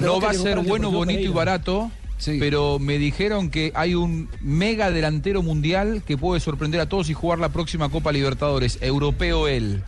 No va a ser bueno, bonito y barato. Sí. Pero me dijeron que hay un mega delantero mundial que puede sorprender a todos y jugar la próxima Copa Libertadores. Europeo él.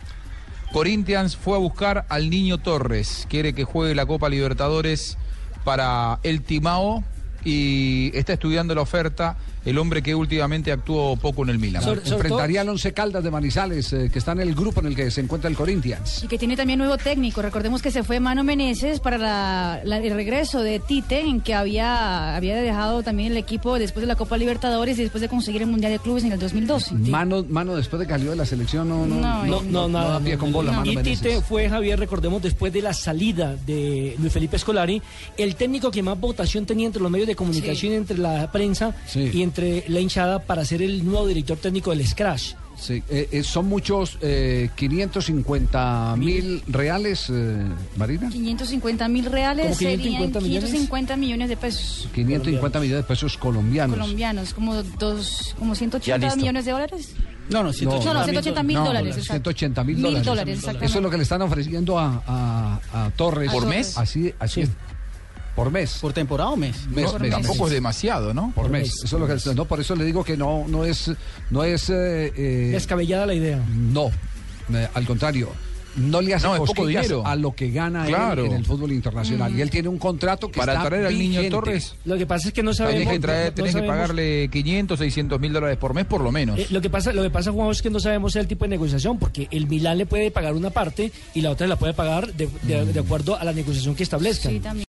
Corinthians fue a buscar al niño Torres. Quiere que juegue la Copa Libertadores para el Timao y está estudiando la oferta el hombre que últimamente actuó poco en el Milan. Sobre, sobre Enfrentaría al Once Caldas de Manizales, eh, que está en el grupo en el que se encuentra el Corinthians. Y que tiene también nuevo técnico. Recordemos que se fue Mano Meneses para la, la, el regreso de Tite, en que había, había dejado también el equipo después de la Copa Libertadores y después de conseguir el Mundial de Clubes en el 2012. Mano, mano después de que salió de la selección, no, no, no, eh. no, no, no nada. Pie con bola, mano y Tite Meneses. fue, Javier, recordemos, después de la salida de Luis Felipe Escolari, el técnico que más votación tenía entre los medios de comunicación, sí. entre la prensa sí. y entre entre la hinchada para ser el nuevo director técnico del Scratch. Sí, eh, eh, son muchos, eh, 550 mil reales, eh, Marina. 550 mil reales 550 serían millones? 550 millones de pesos. 550 millones de pesos colombianos. Colombianos, como, dos, como 180 millones de dólares. No, no, 180, no, no, 180 mil no, dólares. 180 mil dólares. dólares exactamente. Eso es lo que le están ofreciendo a, a, a Torres. ¿Por mes? Así, así sí. es. Por mes. ¿Por temporada o mes? mes, no, mes tampoco mes. es demasiado, ¿no? Por, por mes. Eso por es lo que, no, por eso le digo que no, no es. No es eh, Descabellada la idea. No. Eh, al contrario. No le hace no, poco dinero a lo que gana claro. él en el fútbol internacional. Mm. Y él tiene un contrato que Para está traer al niño Torres. Lo que pasa es que no sabemos. Tienes que, traer, tenés no, no que pagarle 500, 600 mil dólares por mes, por lo menos. Eh, lo, que pasa, lo que pasa, Juan, es que no sabemos el tipo de negociación, porque el Milán le puede pagar una parte y la otra la puede pagar de, de, mm. de acuerdo a la negociación que establezca. Sí, también.